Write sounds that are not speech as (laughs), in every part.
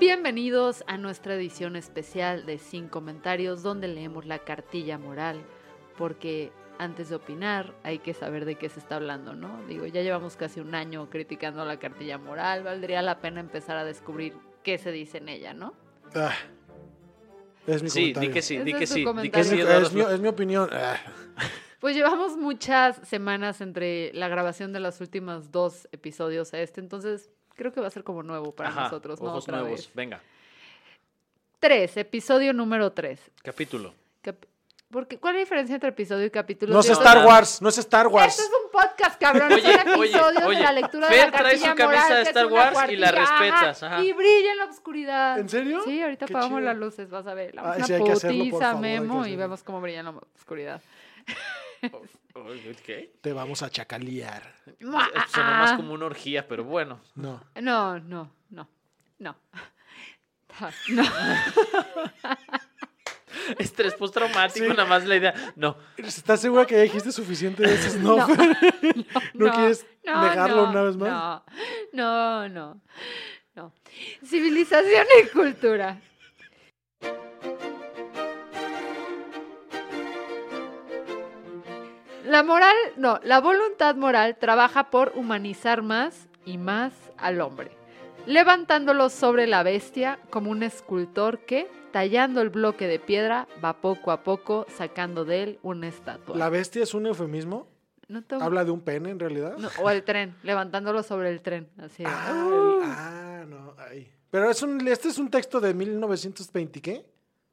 Bienvenidos a nuestra edición especial de Sin Comentarios, donde leemos la cartilla moral, porque antes de opinar hay que saber de qué se está hablando, ¿no? Digo, ya llevamos casi un año criticando la cartilla moral, valdría la pena empezar a descubrir qué se dice en ella, ¿no? Ah, es mi Sí, comentario. di que sí, Ese di es que tu sí, di comentario. que Es, sí. mi, Eduardo es mi- es mi opinión. Ah, Pues llevamos muchas semanas entre la grabación de los últimos dos episodios a este, entonces creo que va a ser como nuevo para Ajá, nosotros, ¿no? Ojos Otra nuevos, vez. venga. Tres, episodio número tres. Capítulo. Cap- Porque, ¿Cuál es la diferencia entre episodio y capítulo? no es Digo, Star Wars, no es Star Wars. Esto es un podcast, cabrón. Oye, es un oye, episodio oye, de la lectura de Fer la trae su cartilla camisa moral, de que es Star una Wars y la cuartilla, respetas, ajá. Y brilla en la oscuridad. ¿En serio? Sí, ahorita Qué apagamos chido. las luces, vas a ver. La Ah, una sí, hay que hacerlo, por putiza, favor, hay que Memo, y hacerlo. vemos cómo brilla en la oscuridad. (laughs) ¿Qué? Te vamos a chacalear. Sonó más como una orgía, pero bueno. (laughs) No. No, no, no, no. (laughs) No. Estrés postraumático, nada más la idea. No, ¿Estás segura que ya dijiste suficiente de esos (laughs) no? (laughs) No. ¿No quieres negarlo no, una vez más? No, no, no. no. Civilización y cultura. La moral, no, la voluntad moral trabaja por humanizar más y más al hombre, levantándolo sobre la bestia como un escultor que, tallando el bloque de piedra, va poco a poco sacando de él una estatua. La bestia es un eufemismo. No tengo- Habla de un pene en realidad. No, o el tren, levantándolo sobre el tren. Así. de, Ah, "Uh". el- ah, no. ay. Pero es un, este es un texto de 1920, ¿qué?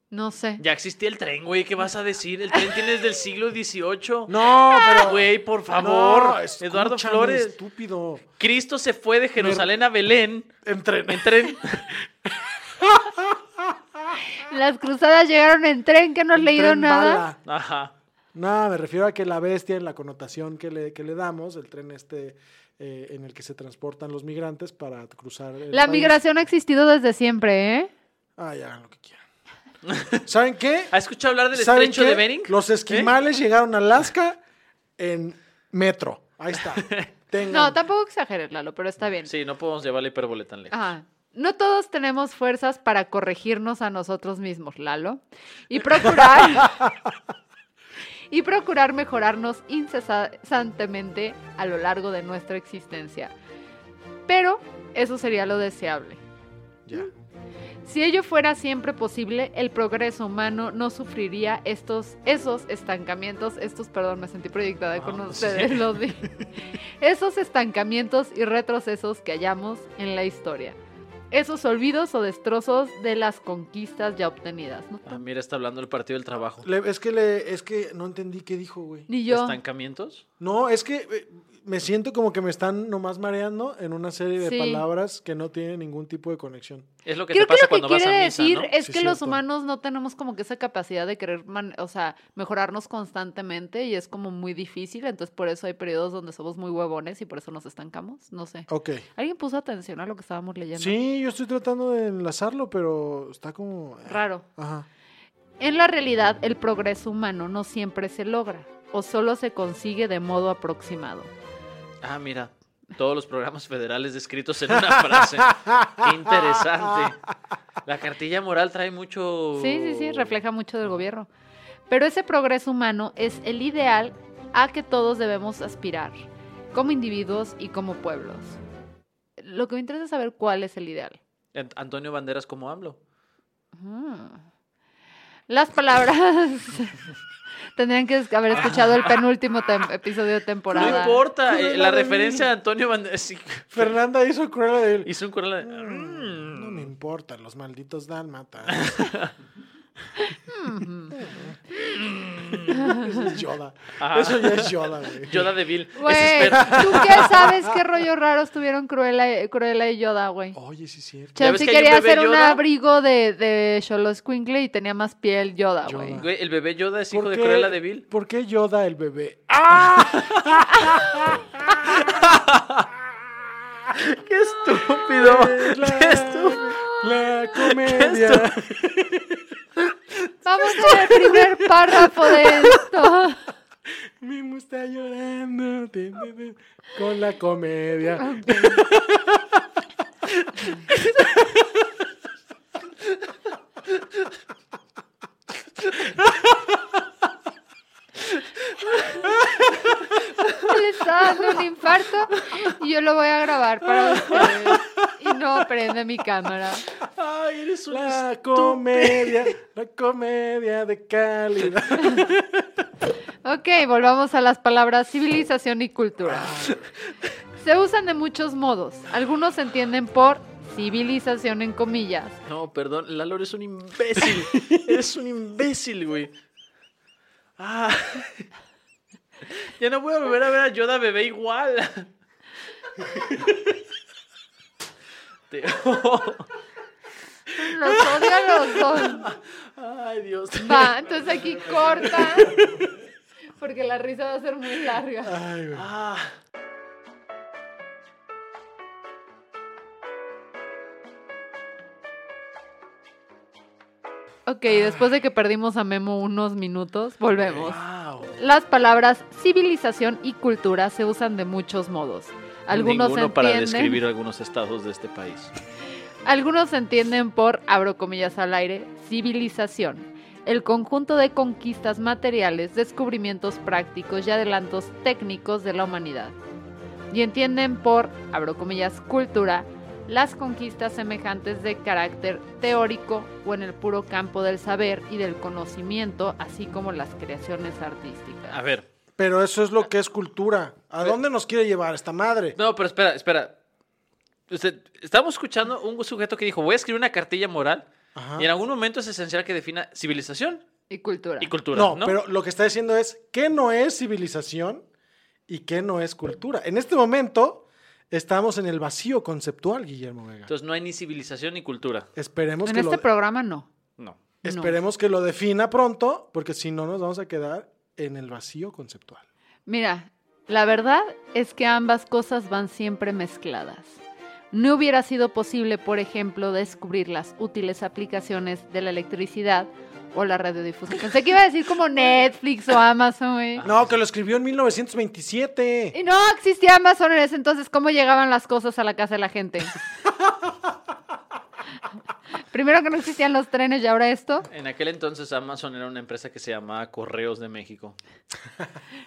No sé. ya existía el tren, güey. ¿Qué vas a decir? El tren tiene desde el siglo XVIII. No, Ah. pero. Güey, por favor. No, Eduardo escúchame, Flores. Estúpido. Cristo se fue de Jerusalén a Belén Entre. en tren. (laughs) Las cruzadas llegaron en tren, que no has leído nada. Ajá. No, me refiero a que la bestia, en la connotación que le, que le damos, el tren este eh, en el que se transportan los migrantes para cruzar. el La país. migración ha existido desde siempre, ¿eh? Ay, hagan lo que quieran. (laughs) ¿Saben qué? ¿Has escuchado hablar del ¿Saben estrecho qué? de Bering? ¿Eh? Los esquimales llegaron a Alaska en metro. Ahí (laughs) está. Tengan. No, tampoco exageres, Lalo, pero está bien. Sí, no podemos llevar la hipérbole tan lejos. Ajá. No todos tenemos fuerzas para corregirnos a nosotros mismos, Lalo, y procurar y procurar mejorarnos incesantemente a lo largo de nuestra existencia. Pero eso sería lo deseable. Ya. Si ello fuera siempre posible, el progreso humano no sufriría estos, esos estancamientos, estos, perdón, me sentí proyectada con Ah, ustedes, sí. los (laughs) vi. esos estancamientos y retrocesos que hallamos en la historia. Esos olvidos o destrozos de las conquistas ya obtenidas. ¿no? Ah, mira, está hablando el Partido del Trabajo. Le- es, que le, es que no entendí qué dijo, güey. Ni yo. ¿Estancamientos? No, es que eh, me siento como que me están nomás mareando en una serie de Sí. palabras que no tienen ningún tipo de conexión. Es lo que Creo te pasa que lo cuando que vas a quiere misa, decir eh, ¿no? es Sí, que los cierto. humanos no tenemos como que esa capacidad de querer, man- o sea, mejorarnos constantemente y es como muy difícil, entonces por eso hay periodos donde somos muy huevones y por eso nos estancamos, no sé. Ok. ¿Alguien puso atención a lo que estábamos leyendo? Sí, yo estoy tratando de enlazarlo, pero está como... eh, Raro. Ajá. En la realidad, el progreso humano no siempre se logra o solo se consigue de modo aproximado. Ah, mira. Todos los programas federales descritos en una frase. Qué interesante. La cartilla moral trae mucho. Sí, sí, Oh. sí, refleja mucho del gobierno. Pero ese progreso humano es el ideal a que todos debemos aspirar, como individuos y como pueblos. Lo que me interesa es saber cuál es el ideal. Ant- Antonio Banderas como AMLO. Mm. Las palabras... (laughs) Tendrían que haber escuchado el penúltimo tem- episodio de No temporada. importa. eh, Cruella la de Vil. referencia de Antonio Banderas. sí. Fernanda hizo Cruella de Vil. Hizo un Cruella de- Mm, No me Mm. (laughs) importa, los malditos dálmatas. Eso es Yoda. Ajá. Eso ya es Yoda, güey. Ah. (laughs) Yoda de Bill. Es Güey, Esper. ¿tú qué sabes qué rollos raros tuvieron Cruella, Cruella y Yoda, güey? Oye, sí es cierto. ¿Ya ves Chelsea que hay quería un bebé hacer un Yoda? abrigo de, de Xoloscuincle y tenía más piel Yoda, Yoda. güey. Güey, el bebé Yoda es ¿Por hijo de qué- Cruella de Bill. ¿Por qué Yoda el bebé? Ah, ¡Qué estúpido! La- (laughs) ¡Qué estúpido! (laughs) La comedia. Vamos con el primer párrafo de esto. Mimo está llorando. Tin, tin, tin. Con la comedia. Ah, Le está dando un infarto y yo lo voy a grabar para ustedes. Y no prende mi cámara. ¡Ay, eres un La estúpido! comedia. La comedia de calidad. Ok, volvamos a las palabras civilización y cultura. Se usan de muchos modos. Algunos se entienden por civilización en comillas. No, perdón, Lalo, eres un (laughs) imbécil. eres un imbécil, güey. Ah. (laughs) ya no voy a volver a ver a Yoda bebé igual. Te- Los odio a los dos. Ay, Dios. Va, entonces aquí corta. Porque la risa va a ser muy larga. Ay, güey. Ah. Ok, después de que perdimos a Memo unos minutos, volvemos. Wow. Las palabras civilización y cultura se usan de muchos modos. Algunos se Ninguno para entienden- describir algunos estados de este país. Algunos se entienden por, abro comillas al aire, civilización, el conjunto de conquistas materiales, descubrimientos prácticos y adelantos técnicos de la humanidad. Y entienden por, abro comillas, cultura, las conquistas semejantes de carácter teórico o en el puro campo del saber y del conocimiento, así como las creaciones artísticas. A ver. Pero eso es lo que es cultura. ¿A dónde nos quiere llevar esta madre? No, pero espera, espera. Usted, estamos escuchando un sujeto que dijo, voy a escribir una cartilla moral Ajá. y en algún momento es esencial que defina civilización Y cultura. y cultura. No, No, pero lo que está diciendo es qué no es civilización y qué no es cultura. En este momento estamos en el vacío conceptual, Guillermo Vega. Entonces no hay ni civilización ni cultura. esperemos en que este lo, programa no. No. esperemos que lo defina pronto, porque si no nos vamos a quedar en el vacío conceptual. Mira, la verdad es que ambas cosas van siempre mezcladas. No hubiera sido posible, por ejemplo, descubrir las útiles aplicaciones de la electricidad o la radiodifusión. Pensé que iba a decir como Netflix o Amazon, güey. Ah. No, que lo escribió en 1927. Y no existía Amazon en ese entonces. ¿Cómo llegaban las cosas a la casa de la gente? Primero que no existían los trenes y ahora esto. En aquel entonces Amazon era una empresa que se llamaba Correos de México.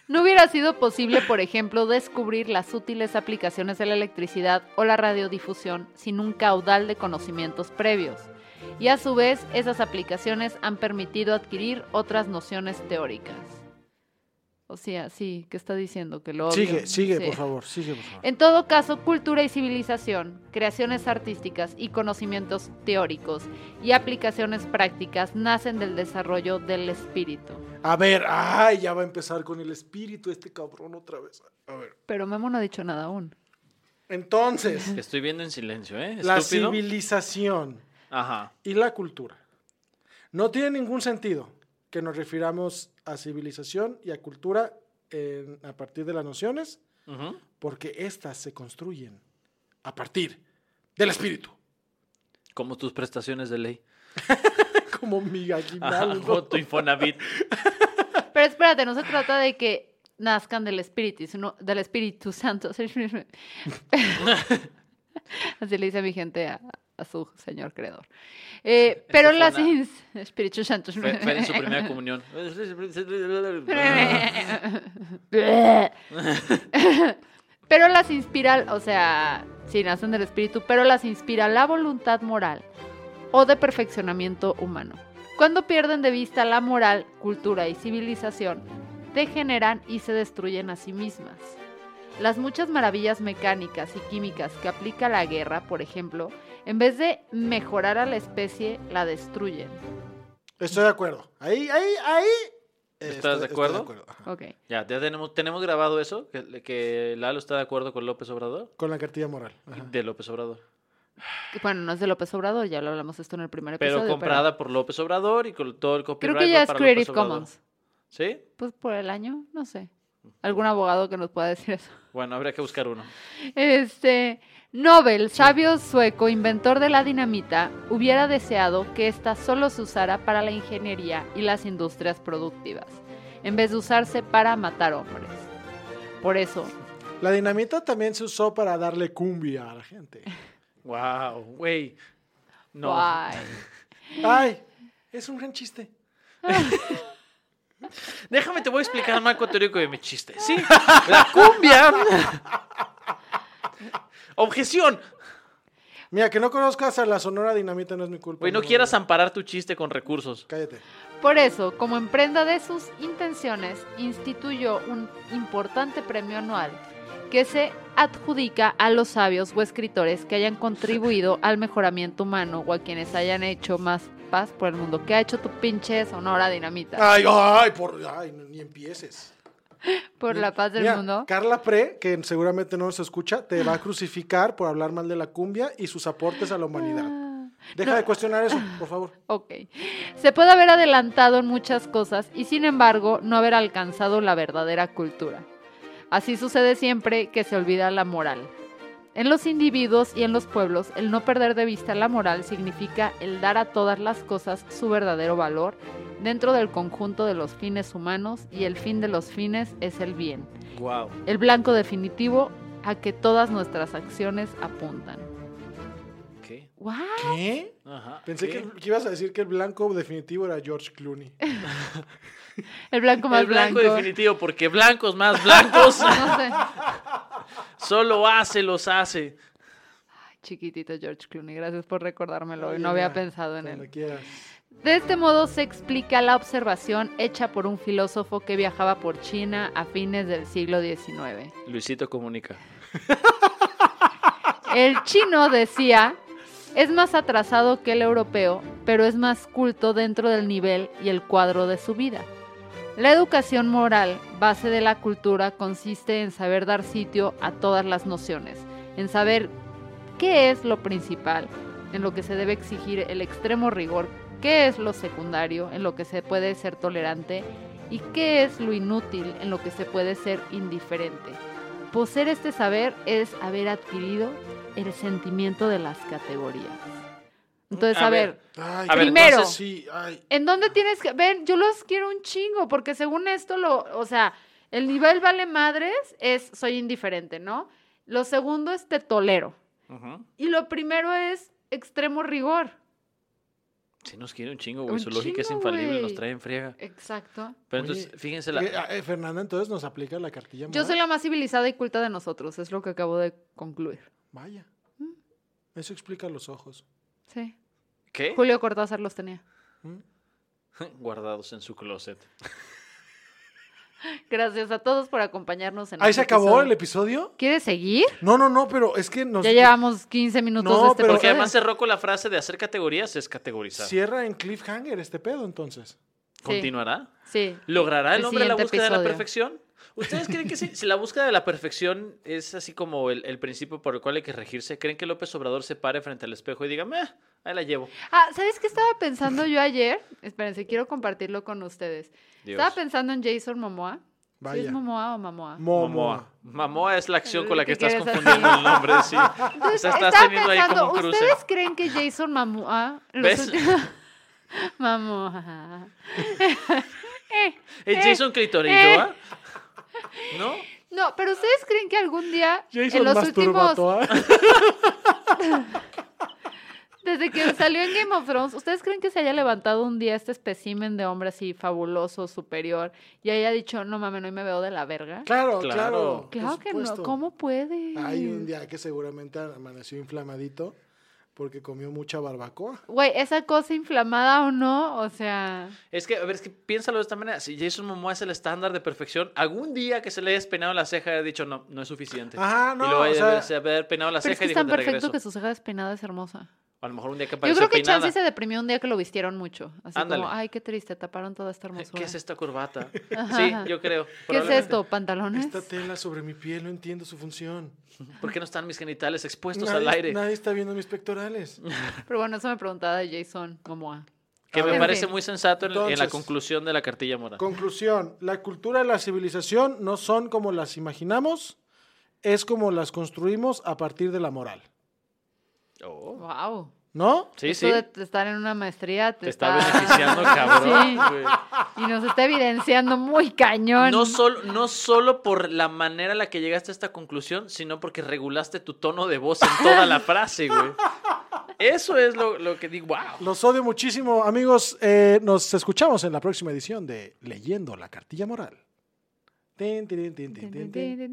No hubiera sido posible, por ejemplo, descubrir las útiles aplicaciones de la electricidad o la radiodifusión sin un caudal de conocimientos previos. Y a su vez, esas aplicaciones han permitido adquirir otras nociones teóricas. O sea, sí, ¿qué está diciendo? Que lo obvio. Sigue, sigue, Sí. Eh. por favor, sigue, por favor. En todo caso, cultura y civilización, creaciones artísticas y conocimientos teóricos y aplicaciones prácticas nacen del desarrollo del espíritu. A ver, ay, ya va a empezar con el espíritu este cabrón otra vez. A ver. Pero Memo no ha dicho nada aún. Entonces, Que estoy viendo en silencio, ¿eh? la Estúpido. civilización. Ajá. y la cultura. No tiene ningún sentido que nos refiramos a civilización y a cultura en- a partir de las nociones, Ujú. porque éstas se construyen a partir del espíritu, (laughs) Como tus prestaciones de ley. como mi Ajá, (laughs) aguinaldo. como tu Infonavit. Pero espérate, no se trata de que nazcan del espíritu, sino del Espíritu Santo. (laughs) Así le dice mi gente a, a su señor creador. Eh, pero fue las una- ins- (laughs) Espíritu Santo. Fue, fue en su (laughs) primera comunión. (laughs) pero las inspira, o sea, sí, nacen del espíritu, pero las inspira la voluntad moral o de perfeccionamiento humano. Cuando pierden de vista la moral, cultura y civilización, degeneran y se destruyen a sí mismas. Las muchas maravillas mecánicas y químicas que aplica la guerra, por ejemplo, en vez de mejorar a la especie, la destruyen. Estoy de acuerdo. Ahí, ahí, ahí. eh, estoy- ¿Estás de estoy acuerdo? ajá. Ok. Ya, ya tenemos, tenemos grabado eso, que, que Lalo está de acuerdo con López Obrador. Con la cartilla moral. y ajá. De López Obrador. Y Bueno, no es de López Obrador, ya lo hablamos esto en el primer episodio. Pero comprada por López Obrador y con todo el copyright. Creo que ya va es para Creative López Obrador. Commons. ¿Sí? Pues por el año, no sé. ¿Algún abogado que nos pueda decir eso? (laughs) Bueno, habría que buscar uno. Este, Nobel, sabio sueco, inventor de la dinamita, hubiera deseado que ésta solo se usara para la ingeniería y las industrias productivas, en vez de usarse para matar hombres. Por eso, La dinamita también se usó para darle cumbia a la gente. Wow, güey. No. guay. Ay, es un gran chiste. Déjame, te voy a explicar el marco teórico de mi chiste. Sí, la cumbia. Objeción. Mira, que no conozcas a la Sonora Dinamita no es mi culpa. Güey, no quieras amparar tu chiste con recursos. Cállate. Por eso, como en prenda de sus intenciones, instituyó un importante premio anual que se adjudica a los sabios o escritores que hayan (laughs) contribuido al mejoramiento humano o a quienes hayan hecho más paz por el mundo. ¿Qué ha hecho tu pinche sonora dinamita? Ay, ay, por, ay, no- ni empieces. por la paz del Ah, Mira, mundo. Carla Pre, que seguramente no nos escucha, te va a crucificar por hablar mal de la cumbia y sus aportes a la humanidad. Ah, Deja de cuestionar eso, por favor. Ok. Se puede haber adelantado en muchas cosas y sin embargo no haber alcanzado la verdadera cultura. Así sucede siempre que se olvida la moral. En los individuos y en los pueblos, el no perder de vista la moral significa el dar a todas las cosas su verdadero valor dentro del conjunto de los fines humanos y el fin de los fines es el bien, Wow. el blanco definitivo a que todas nuestras acciones apuntan. ¿Qué? ¡Guau! ¿Qué? Ajá. Pensé ¿qué? que, que ibas a decir que el blanco definitivo era George Clooney. El blanco más el blanco, blanco. definitivo, porque blancos más blancos (laughs) No sé. solo hace los hace. Chiquitito George Clooney, gracias por recordármelo. (laughs) Oye, no había mira, pensado en Cuando él. quieras. De este modo se explica la observación hecha por un filósofo que viajaba por China a fines del siglo XIX. Luisito comunica. El chino decía, es más atrasado que el europeo, pero es más culto dentro del nivel y el cuadro de su vida. La educación moral, base de la cultura, consiste en saber dar sitio a todas las nociones, en saber qué es lo principal, en lo que se debe exigir el extremo rigor, qué es lo secundario, en lo que se puede ser tolerante y qué es lo inútil, en lo que se puede ser indiferente. Poseer este saber es haber adquirido el sentimiento de las categorías. Entonces, A a ver, ver, Ay, A ver, Primero. entonces sí, ay. ¿En dónde tienes que.? Ven, yo los quiero un chingo, porque según esto, lo, o sea, el nivel vale madres es soy indiferente, ¿no? Lo segundo es te tolero. Ujú. Y lo primero es extremo rigor. Si nos quiere un chingo, güey. Un Su lógica es chingo, infalible, nos güey. trae en friega. Exacto. Pero Oye, entonces, fíjense la. Eh, eh, Fernanda, entonces nos aplica la cartilla Yo moral? soy la más civilizada y culta de nosotros, es lo que acabo de concluir. Vaya. Eso explica los ojos. Sí. ¿Qué? Julio Cortázar los tenía. ¿Mm? (laughs) Guardados en su closet. Gracias a todos por acompañarnos en Ahí este se acabó el episodio. episodio. ¿Quieres seguir? No, no, no, pero es que nos Ya llevamos 15 minutos No, de este pero- Porque episodio. además cerró con la frase de hacer categorías es categorizar. cierra en cliffhanger este pedo entonces. ¿Continuará? Sí. ¿Logrará el, El hombre la siguiente búsqueda de la episodio. perfección? ¿Ustedes creen que sí? si la búsqueda de la perfección es así como el, el principio por el cual hay que regirse, ¿creen que López Obrador se pare frente al espejo y diga, "Meh, ahí la llevo? Ah, ¿sabes qué estaba pensando yo ayer? Espérense, quiero compartirlo con ustedes. Dios. Estaba pensando en Jason Momoa. Vaya. ¿Sí es Momoa o Mamoa? Momoa. Momoa. Mamoa es la acción El con la que que estás Eh, quieres confundiendo así. el nombre, (laughs) sí. O sea, estás estaba teniendo ahí pensando, como un cruce. ¿ustedes creen que Jason Momoa... los ¿Ves? últimos- (laughs) Mamoa... Eh, ¿Es Eh, Jason Clitorinoa? ¿No? No, pero ¿ustedes creen que algún día, Jason en los últimos... Masturbatoa. Desde que salió en Game of Thrones, ¿ustedes creen que se haya levantado un día este espécimen de hombre así fabuloso, superior, y haya dicho, no mames, no me veo de la verga? (laughs) Claro, Claro. claro. por Claro que supuesto. no, ¿cómo puede? Hay un día que seguramente amaneció inflamadito porque comió mucha barbacoa. Güey, esa cosa inflamada o no, o sea, Es que, a ver, es que piénsalo de esta manera. Si Jason Momoa es el estándar de perfección, algún día que se le haya despenado la ceja, ha dicho, no, no es suficiente. Ajá, no, Y luego o haya sea- se haber penado la pero es ceja que y es dijo, tan te perfecto regreso. que su ceja despeinada es hermosa. A lo mejor un día que Yo apareció creo que peinada. Chansey se deprimió un día que lo vistieron mucho. Así Ándale. como, ay, qué triste, taparon toda esta hermosura. ¿Qué es esta corbata? Ajá. Sí, yo creo. ¿Qué es probablemente. esto? ¿Pantalones? Esta tela sobre mi piel, no entiendo su función. ¿Por qué no están mis genitales expuestos Nadie, al aire? nadie está viendo mis pectorales. Pero bueno, eso me preguntaba de Jason Momoa. Que A me ver. parece muy sensato en, en la Entonces- conclusión de la cartilla moral. Conclusión, la cultura y la civilización no son como las imaginamos, es como las construimos a partir de la moral. Oh. Wow. ¿No? Sí, Esto sí. de t- estar en una maestría te, Te está beneficiando, (laughs) Sí, cabrón. güey. y nos está evidenciando muy cañón. No solo, no solo por la manera en la que llegaste a esta conclusión, sino porque regulaste tu tono de voz en toda la frase, güey. Eso es lo, lo que digo. ¡Wow! Los odio muchísimo, amigos. Eh, nos escuchamos en la próxima edición de Leyendo la Cartilla Moral. Tin, tirin, tin, tin, tin, tin, tin, tin,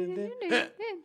tin, tin, tin.